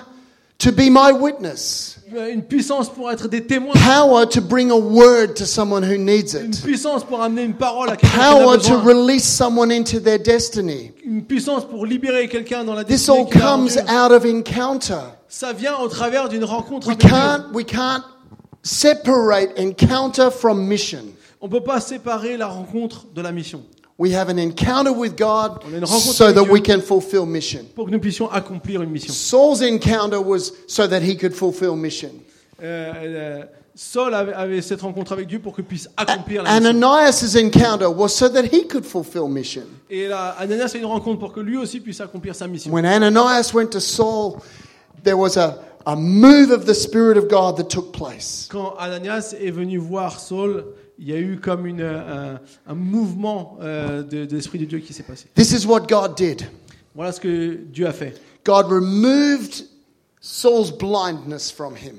A: to be my witness,
B: Une puissance pour être des témoins,
A: power to bring a word to someone who needs
B: une
A: it,
B: puissance pour amener une parole à quelqu'un qui en a
A: power to
B: besoin.
A: release someone into their destiny.
B: une puissance pour libérer quelqu'un dans la
A: This
B: destinée
A: all
B: qu'il a en
A: comes
B: Dieu.
A: out of encounter.
B: Ça vient au travers d'une rencontre
A: We
B: avec Dieu.
A: can't, we can't separate encounter from mission.
B: On peut pas séparer la rencontre de la mission
A: We have an encounter with God
B: On a une rencontre
A: so
B: avec
A: that
B: Dieu.
A: we can fulfill mission.
B: pour que nous puissions accomplir une mission.
A: Saul's encounter was so that he could fulfill mission.
B: Euh, euh, Saul avait, avait cette rencontre avec Dieu pour qu'il puisse accomplir la mission.
A: Ananias' encounter was so that he could fulfill mission.
B: Et là, Ananias a une rencontre pour que lui aussi puisse accomplir sa mission.
A: When Ananias went to Saul, there was a, a move of the Spirit of God that took place.
B: Quand Ananias est venu voir Saul, il y a eu comme une, euh, un, un mouvement euh, de, de l'Esprit de Dieu qui s'est passé.
A: This is what God did
B: Voilà ce que Dieu a fait.
A: God removed Saul's blindness from him.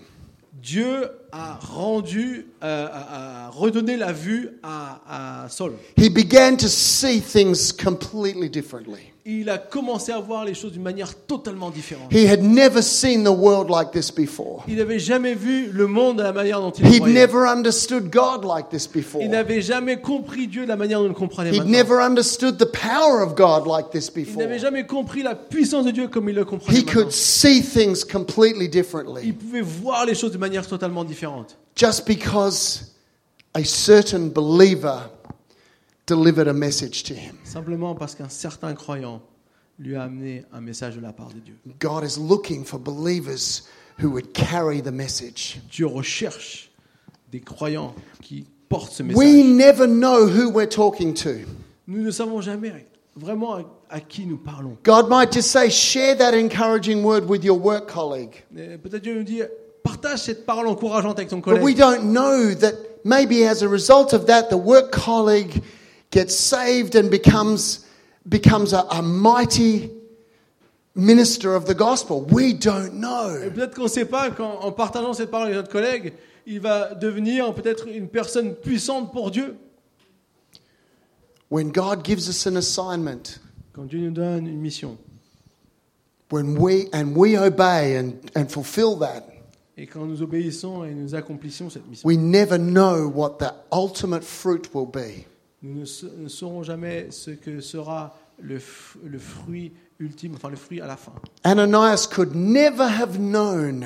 B: Dieu a rendu, euh, a, a redonné la vue à, à Saul.
A: He began to see things completely differently.
B: Il a commencé à voir les choses d'une manière totalement différente.
A: He had never seen the world like this before.
B: Il n'avait jamais vu le monde de la manière dont il le
A: He'd
B: voyait.
A: never understood God like this
B: Il
A: before.
B: n'avait jamais compris Dieu de la manière dont il le comprenait
A: He'd
B: maintenant.
A: never understood the power of God like this
B: Il
A: before.
B: n'avait jamais compris la puissance de Dieu comme il le comprenait
A: He could
B: maintenant.
A: see things completely differently
B: Il pouvait voir les choses de manière totalement différente.
A: just because a certain believer delivered a message to him.
B: Simplement parce qu'un certain croyant lui a amené un message de la part de Dieu.
A: God is looking for believers who would carry the message.
B: Dieu recherche des croyants qui portent ce
A: We
B: message.
A: never know who we're talking to.
B: Nous ne savons jamais vraiment à, à qui nous parlons.
A: God might just say, share that encouraging word with your work colleague.
B: Euh, Peut-être Dieu nous dit partage cette parole encourageante avec ton
A: But we
B: collègue.
A: don't know that maybe as a result of that, the work colleague gets saved and becomes, becomes a, a mighty minister of the gospel. We don't
B: Et
A: know.
B: Peut-être qu'on ne sait pas qu'en en partageant cette parole avec notre collègue, il va devenir peut-être une personne puissante pour Dieu.
A: When God gives us an assignment,
B: Quand Dieu nous donne une mission
A: when we and we obey and, and fulfill that,
B: et quand nous obéissons et nous accomplissons cette mission,
A: we never know what the ultimate fruit will be.
B: nous ne, sa- ne saurons jamais ce que sera le, f- le fruit ultime, enfin le fruit à la fin.
A: Ananias could never have known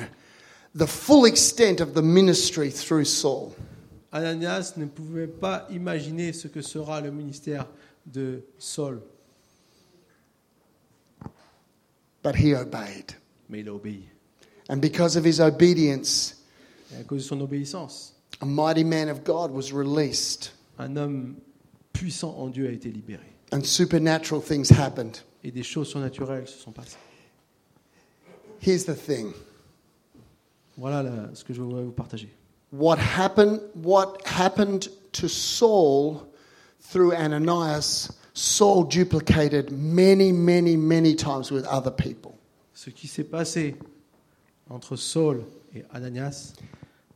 A: the full extent of the ministry through Saul.
B: Ananias ne pouvait pas imaginer ce que sera le ministère de Saul,
A: But he obeyed.
B: mais il a obéi.
A: And because of his obedience,
B: Et à cause de son obéissance,
A: a mighty man of God was released
B: un homme puissant en Dieu a été libéré.
A: and supernatural things happened.
B: Et des choses surnaturelles se sont passées.
A: Here's the thing
B: Voilà là, ce que je voudrais vous partager.
A: what happened, what happened to Saul through Ananias, Saul duplicated many, many, many times with other people.
B: Ce qui s'est passé entre Saul et Ananias,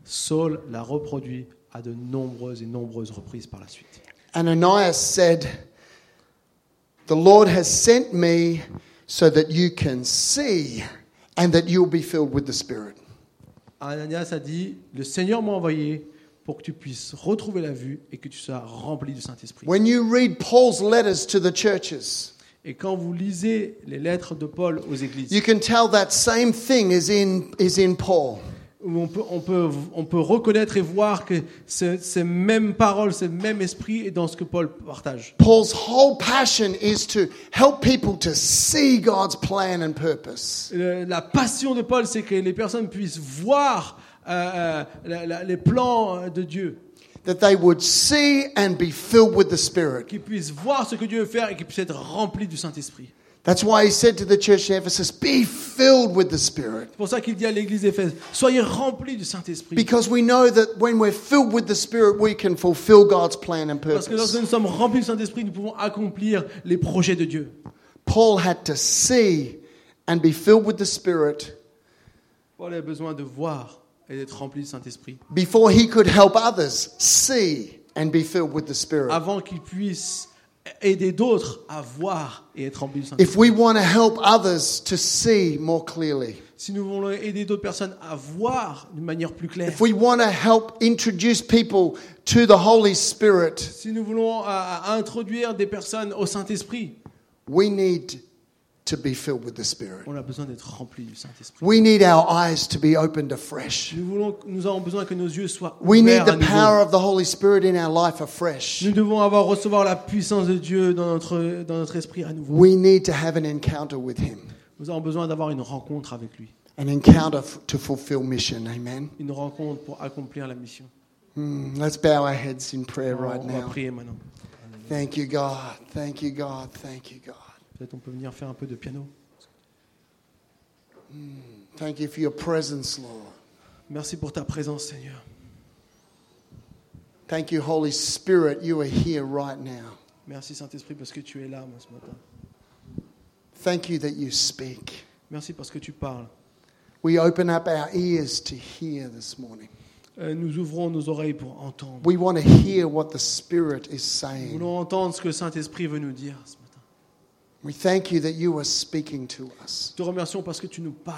B: Saul l'a reproduit à de nombreuses et nombreuses reprises par la suite.
A: Ananias said, The Lord has sent me so that you can see and that you'll be filled with the Spirit.
B: Ananias a dit, le Seigneur m'a envoyé pour que tu puisses retrouver la vue et que tu sois rempli du Saint-Esprit.
A: When you read Paul's letters to the churches,
B: Et quand vous lisez les lettres de Paul aux églises,
A: You can tell that same thing is in, is in Paul.
B: où on peut, on, peut, on peut reconnaître et voir que ce- ces mêmes paroles, ce même esprit est dans ce que Paul partage.
A: Paul's whole passion is to help people to see God's plan and purpose.
B: Le- la passion de Paul, c'est que les personnes puissent voir euh, euh, la- la- les plans de Dieu,
A: That they would see and be filled with the Spirit.
B: qu'ils puissent voir ce que Dieu veut faire et qu'ils puissent être remplis du Saint-Esprit.
A: That's why he said to the church in Ephesus, Be filled with the Spirit.
B: C'est pour ça qu'il dit à l'église d'Éphèse, soyez remplis du Saint-Esprit.
A: Because we know that when we're filled with the Spirit, we can fulfill God's plan and
B: Parce
A: purpose.
B: que lorsque nous sommes remplis du Saint-Esprit, nous pouvons accomplir les projets de Dieu.
A: Paul had to see and be filled with the Spirit
B: Paul a besoin de voir et d'être rempli du Saint-Esprit
A: before he could help others see and be filled with the Spirit.
B: avant qu'il puisse aider d'autres à voir et être remplis du Saint-Esprit.
A: If we want to help others to see more clearly,
B: Si nous voulons aider d'autres personnes à voir d'une manière plus claire,
A: if we want to help introduce people to the Holy Spirit,
B: si nous voulons à- à introduire des personnes au Saint-Esprit,
A: we need to be filled with the Spirit.
B: on a besoin d'être remplis du Saint-Esprit.
A: We need our eyes to be opened afresh.
B: Nous, voulons, nous avons besoin que nos yeux soient
A: We need
B: ouverts à
A: the power
B: nouveau.
A: of the Holy Spirit in our life afresh.
B: Nous devons avoir recevoir la puissance de Dieu dans notre, dans notre esprit à nouveau.
A: We need to have an encounter with Him,
B: Nous avons besoin d'avoir une rencontre avec lui,
A: an encounter f- to fulfill mission. Amen.
B: une rencontre pour accomplir la mission.
A: Hmm, let's bow our heads in prayer
B: On,
A: right
B: on va
A: now.
B: prier maintenant.
A: Thank you, God. Thank you, God. Thank you, God.
B: Peut-être on peut venir faire un peu de piano.
A: Thank you for your presence, Lord.
B: Merci pour ta présence, Seigneur.
A: Thank you, Holy Spirit. You are here right now.
B: Merci, Saint-Esprit, parce que tu es là moi, ce matin.
A: Thank you that you speak.
B: Merci parce que tu parles.
A: We open up our ears to hear this morning.
B: Euh, nous ouvrons nos oreilles pour entendre.
A: We want to hear what the Spirit is
B: Nous
A: saying.
B: voulons entendre ce que Saint-Esprit veut nous dire ce matin.
A: We thank you that you are speaking to us.
B: Nous te remercions parce que tu nous parles.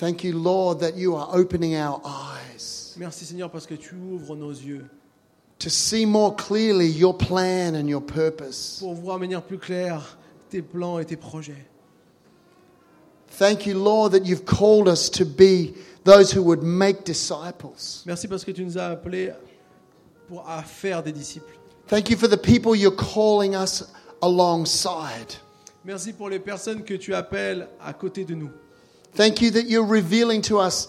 A: Thank you, Lord, that you are opening our eyes
B: Merci, Seigneur, parce que tu ouvres nos yeux
A: to see more clearly your plan and your purpose.
B: pour voir de manière plus claire tes plans et tes projets.
A: Thank you, Lord, that you've called us to be those who would make disciples.
B: Merci parce que tu nous as appelés pour à faire des disciples.
A: Thank you for the people you're calling us alongside.
B: Merci pour les personnes que tu appelles à côté de nous.
A: Thank you that you're revealing to us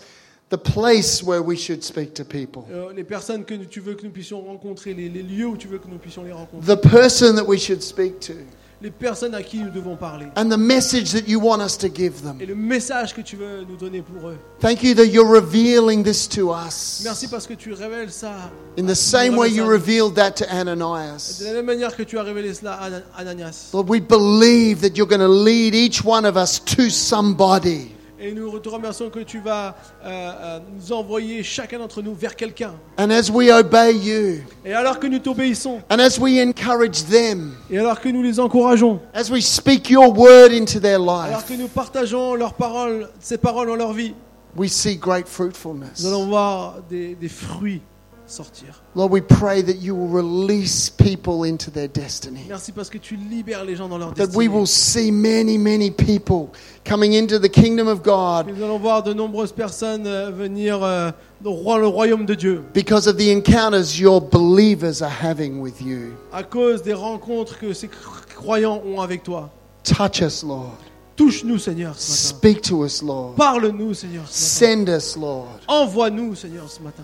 A: the place where we should speak to people,
B: Euh, les personnes que tu veux que nous puissions rencontrer, les, les lieux où tu veux que nous puissions les rencontrer,
A: the person that we should speak to,
B: les personnes à qui nous devons parler,
A: and the message that you want us to give them.
B: et le message que tu veux nous donner pour eux.
A: Thank you that you're revealing this to us.
B: Merci parce que tu révèles ça.
A: In the same way you
B: De
A: revealed that to
B: la
A: Ananias.
B: même manière que tu as révélé cela à Ana- Ananias.
A: Lord, we believe that you're going to lead each one of us to somebody.
B: Et nous te remercions que tu vas euh, euh, nous envoyer chacun d'entre nous vers quelqu'un.
A: And as we obey you,
B: Et alors que nous t'obéissons,
A: and as we encourage them,
B: et alors que nous les encourageons,
A: as we speak your word into their
B: alors
A: life,
B: que nous partageons leurs paroles, ces paroles dans leur vie,
A: we see great
B: nous
A: fruitfulness.
B: allons voir des, des fruits sortir.
A: Lord, we pray that you will release people into their destiny.
B: Merci parce que tu libères les gens dans leur
A: That we
B: destinée.
A: will see many, many people coming into the kingdom of
B: Et
A: God
B: Nous allons voir de nombreuses personnes euh, venir euh, dans le roi- le royaume de Dieu
A: because of the encounters your believers are having with you.
B: à cause des rencontres que ces cr- croyants ont avec toi.
A: Touch us, Lord.
B: Touche-nous, Seigneur, ce matin.
A: Speak to us, Lord.
B: Parle-nous, Seigneur, ce matin.
A: Send us, Lord.
B: Envoie-nous, Seigneur, ce matin.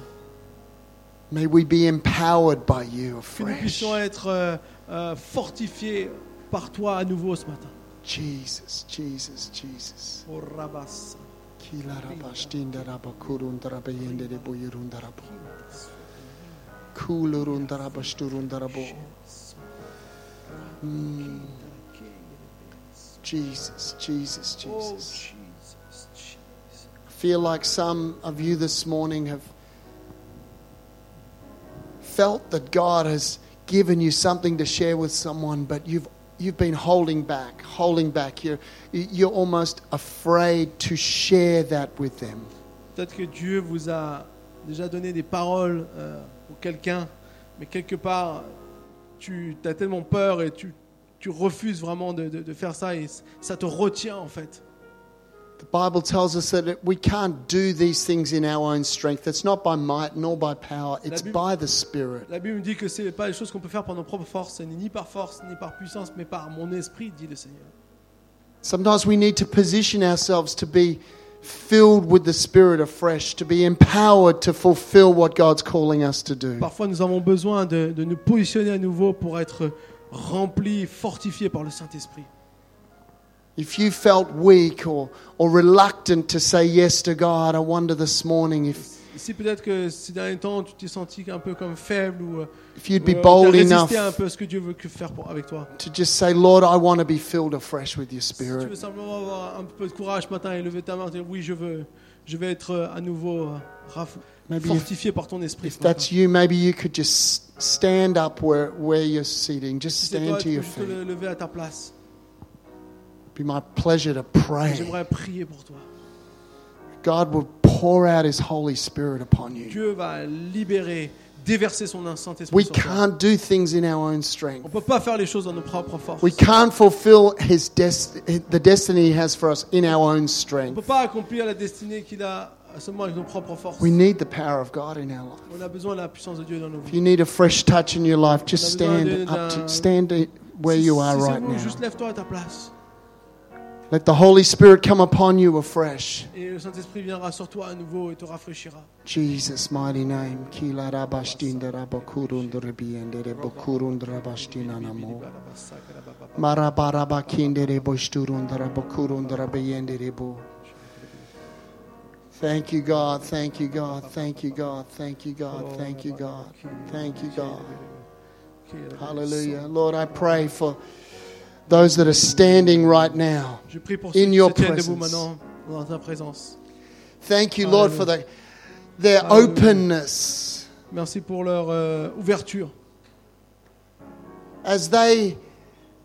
A: May we be empowered by you
B: Que nous
A: afresh.
B: puissions être euh, euh, fortifiés par toi à nouveau ce matin. Oh,
A: Jesus, Jesus, Jesus.
B: Au rabas.
A: Kilarabashtindarabakudundarabeyendedeboyerundarabo. Kulurundarabashturundarabo. Mm. Jesus, Jesus,
B: Oh,
A: Jesus.
B: Jesus, Jesus.
A: I feel like some of you this morning have felt that God has given you something to share with someone, but you've you've been holding back, holding back. You're you're almost afraid to share that with them.
B: Peut-être que Dieu vous a déjà donné des paroles euh, pour quelqu'un, mais quelque part, tu as tellement peur et tu, tu refuses vraiment de, de- de faire ça et c- ça te retient en fait.
A: The Bible tells us that it- we can't do these things in our own strength. It's not by might nor by power. It's
B: Bible-
A: by the Spirit.
B: La Bible dit que ce n'est pas des choses qu'on peut faire par nos propres forces, ce n'est ni par force, ni par puissance, mais par mon esprit, dit le Seigneur.
A: Sometimes we need to position ourselves to be filled with the Spirit afresh, to be empowered to fulfill what God's calling us to do.
B: Parfois, nous avons besoin de, de nous positionner à nouveau pour être remplis, fortifiés par le Saint-Esprit.
A: If you felt weak or, or reluctant to say yes to God, I wonder this morning if,
B: Si peut-être que ces derniers temps, tu t'es senti un peu comme faible ou euh,
A: if you'd
B: ou,
A: be
B: euh,
A: bold
B: t'as
A: enough
B: résisté un peu à ce que Dieu veut que faire pour, avec toi.
A: to just say, Lord, I want to be filled afresh with your
B: Si tu
A: spirit.
B: veux simplement avoir un peu de courage ce matin et lever ta main et dire oui, je veux, je vais être euh, à nouveau euh, raf-
A: Maybe if-
B: fortifié par ton esprit.
A: If
B: ce matin.
A: that's you, maybe you could just s- stand up where, where you're sitting. Just
B: Si c'est toi,
A: stand to
B: tu peux
A: your
B: juste
A: feet.
B: te
A: It'd
B: lever à ta place.
A: be my pleasure to pray.
B: J'aimerais prier pour toi.
A: God will pour out His Holy Spirit upon you.
B: Dieu va libérer, déverser son Saint-Esprit
A: We
B: sur toi.
A: can't do things in our own
B: On ne
A: strength.
B: peut pas faire les choses dans nos propres forces.
A: We can't fulfill his dest- the destiny He has for us in our own
B: On ne peut
A: strength.
B: pas accomplir la destinée qu'il a seulement avec nos propres forces.
A: We need the power of God in our life.
B: On a besoin de la puissance de Dieu dans nos
A: If
B: vies.
A: you need a fresh touch in your life, just
B: On a besoin
A: stand
B: de-
A: up,
B: d'un-
A: to, stand i- where
B: Si-
A: you are
B: si c'est
A: right
B: vous, Juste
A: now.
B: lève-toi à ta place.
A: Let the Holy Spirit come upon you afresh.
B: Et le Saint-Esprit viendra sur toi à nouveau et te rafraîchira.
A: Jesus' mighty name. Kila rabashtinda rabakurunda rabiendere bokurunda rabashtina namo. Marabarabakindere boshturunda rabakurunda rabiendere bo. Thank you, God. Thank you, God. Thank you, God. Thank you, God. Thank you, God. Thank you, God. Hallelujah. Lord, I pray for those that are standing right now.
B: Je prie pour
A: In
B: ceux qui
A: your
B: se tiennent debout
A: presence.
B: maintenant dans ta présence.
A: Thank you, Lord, for the, their
B: Hallelujah.
A: openness
B: Merci pour leur euh, ouverture.
A: as they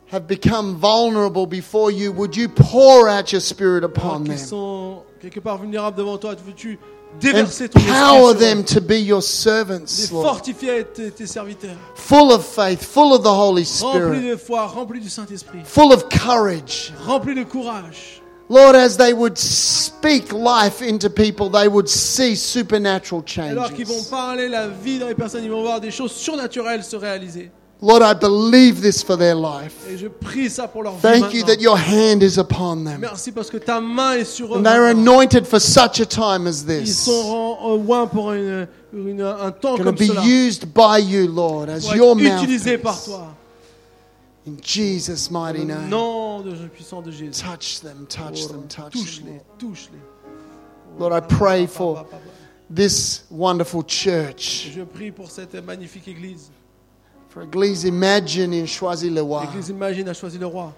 A: have become vulnerable before you. Would you pour out your spirit
B: Alors
A: upon
B: qu'ils
A: them?
B: sont quelque part vulnérables devant toi, veux-tu déverser ton esprit
A: Empower
B: sur
A: them
B: eux
A: to be your
B: Les
A: servants, Lord,
B: fortifier tes, tes serviteurs.
A: full of faith, full of the
B: Oh,
A: Holy
B: Remplis
A: Spirit,
B: de foi, remplis du Saint-Esprit.
A: full of courage.
B: Remplis de courage.
A: Lord, as they would speak life into people, they would see supernatural
B: Alors qu'ils vont
A: changes.
B: parler la vie dans les personnes, ils vont voir des choses surnaturelles se réaliser.
A: Lord, I believe this for their life.
B: Et je prie ça pour leur vie
A: Thank you
B: maintenant.
A: that your hand is upon them.
B: Merci parce que ta main est sur eux.
A: And they are
B: maintenant.
A: anointed for such a time as
B: Ils
A: this.
B: sont au loin pour une- une- un temps
A: Going
B: comme
A: to be
B: cela.
A: used by you, Lord, as
B: Pour
A: your
B: être utilisés par
A: mouthpiece.
B: toi.
A: In Jesus'
B: Dans
A: mighty
B: le
A: name.
B: nom de Jésus puissant de Jésus.
A: Touch them, touch them, touch them.
B: Touche-les,
A: Lord.
B: touche-les.
A: Lord, I pray for this wonderful church,
B: Je prie pour cette magnifique église.
A: for Église Imagine in
B: L'église
A: Choisy-le-Roi.
B: Imagine a choisi le roi.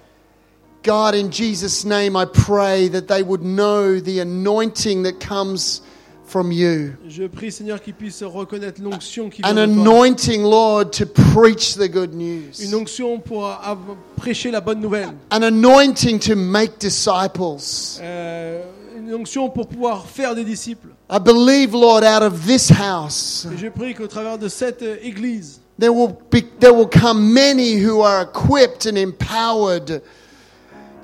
A: God, in Jesus' name, I pray that they would know the anointing that comes from you.
B: Je prie, Seigneur, qu'ils puissent reconnaître l'onction qui vient
A: An
B: de toi.
A: anointing, Lord, to preach the good
B: Une
A: news.
B: onction pour euh, av- prêcher la bonne nouvelle.
A: An anointing to make disciples.
B: Euh, une onction pour pouvoir faire des disciples.
A: I believe, Lord, out of this house,
B: Et je prie qu'au travers de cette euh, église,
A: there will, be, there will come many who are equipped and empowered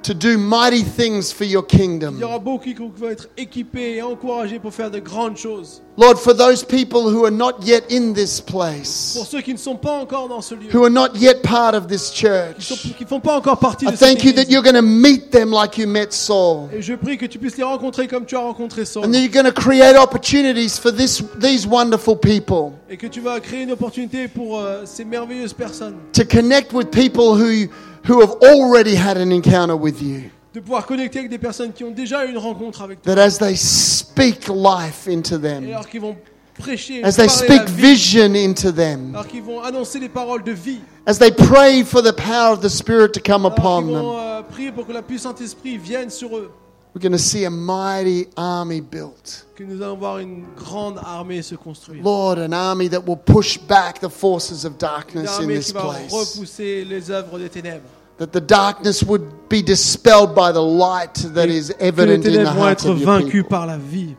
A: to do mighty things for your
B: il y
A: kingdom.
B: aura beaucoup qui vont être équipés et encouragés pour faire de grandes choses.
A: Lord, for those people who are not yet in this
B: Pour
A: place,
B: ceux qui ne sont pas encore dans ce lieu,
A: who are not yet part of this
B: qui
A: church,
B: ne font pas encore partie
A: I
B: de cette
A: thank you that
B: église.
A: you're going to meet them like you met Saul.
B: Et je prie que tu puisses les rencontrer comme tu as rencontré Saul.
A: And that you're going to create opportunities for this, these wonderful people
B: Et que tu vas créer une opportunité pour euh, ces merveilleuses personnes
A: to connect with people who, who have already had an encounter with you.
B: de pouvoir connecter avec des personnes qui ont déjà eu une rencontre avec toi.
A: that as they speak life into
B: Et
A: them,
B: alors qu'ils vont prêcher,
A: as they
B: parler la
A: speak
B: vie,
A: vision into them,
B: alors qu'ils vont annoncer les paroles de vie,
A: as they pray for the power of the Spirit to come
B: alors
A: upon
B: qu'ils vont
A: them,
B: euh, prier pour que la puissance esprit vienne sur eux,
A: we're going to see a mighty army built.
B: que nous allons voir une grande armée se construire.
A: Lord, an army that will push back the forces of
B: Une
A: darkness in
B: armée
A: this
B: qui va
A: place.
B: repousser les œuvres des ténèbres.
A: That the darkness would be dispelled by the light that is
B: Que les
A: evident in the
B: ténèbres vont
A: hearts
B: être
A: of your
B: vaincues
A: people.
B: par la vie.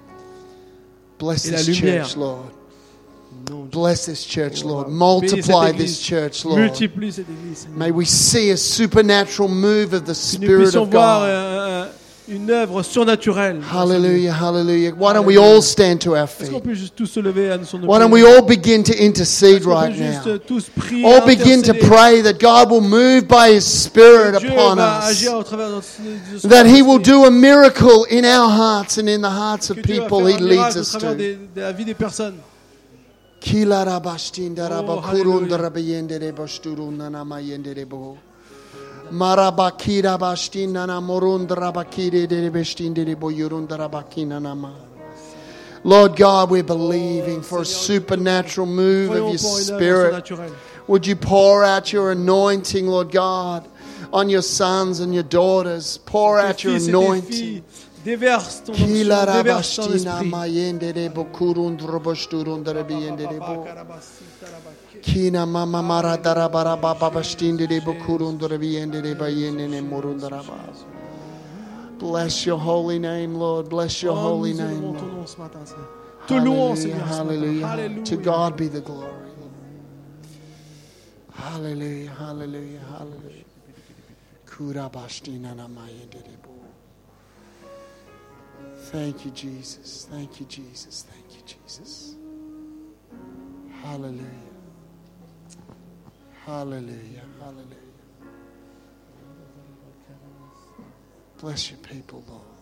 A: Bless
B: et la
A: this
B: lumière.
A: church, Lord.
B: Non, Dieu.
A: Bless this church, Lord.
B: Bénis cette
A: Multiply
B: église.
A: this church, Lord.
B: Multiplie cette église, Seigneur.
A: May we see a supernatural move of the
B: Que nous
A: Spirit
B: puissions
A: of
B: voir
A: God.
B: euh, une œuvre surnaturelle.
A: Hallelujah, hallelujah. Why don't we all stand to our
B: Est-ce qu'on
A: feet?
B: peut juste tous se lever à son
A: Why don't we all begin to intercede
B: Est-ce qu'on peut
A: right
B: juste
A: now?
B: tous prier,
A: All begin to
B: intercéder?
A: pray that God will move by His Spirit
B: Dieu
A: upon
B: va
A: us,
B: agir au travers de son- de son
A: that He will
B: esprit.
A: do a miracle in our hearts and in the hearts of
B: Que Dieu va
A: people He
B: faire un
A: leads
B: miracle au
A: us
B: travers
A: to.
B: des- de la vie des personnes.
A: Kila rabashtin
B: Oh,
A: darabakurun
B: hallelujah.
A: darabayende rebashturun nanamayende rebo. Marabakira bashtina na morundra bakire dere beshtinde de boyurundra bakina na ma. Lord God, we're believing for a supernatural move of your
B: Voyons pour une œuvre
A: spirit.
B: surnaturelle.
A: Would you pour out your anointing, Lord God, on your sons and your daughters? Pour
B: Tes
A: out your
B: fils et tes filles,
A: anointing.
B: Déverse ton onction, déverse ton
A: Kilarabashtina
B: esprit.
A: mayende de bokurundro boshturundra biende de bo. Kina mama mara dara bara baba bastinde de bokurundra biende de bayende ne morundra ba. Bless your holy name, Lord. Bless your
B: Oh,
A: holy
B: nous
A: name,
B: élevons ton
A: Lord.
B: nom ce matin, Seigneur. Te louons,
A: Hallelujah,
B: Seigneur. ce matin.
A: hallelujah. To
B: Hallelujah.
A: God be the glory. Hallelujah, hallelujah, hallelujah. Kura bastina na maya derebo. Thank you, Jesus. Thank you, Jesus. Thank you, Jesus. Hallelujah. Hallelujah, hallelujah. Bless your people, Lord.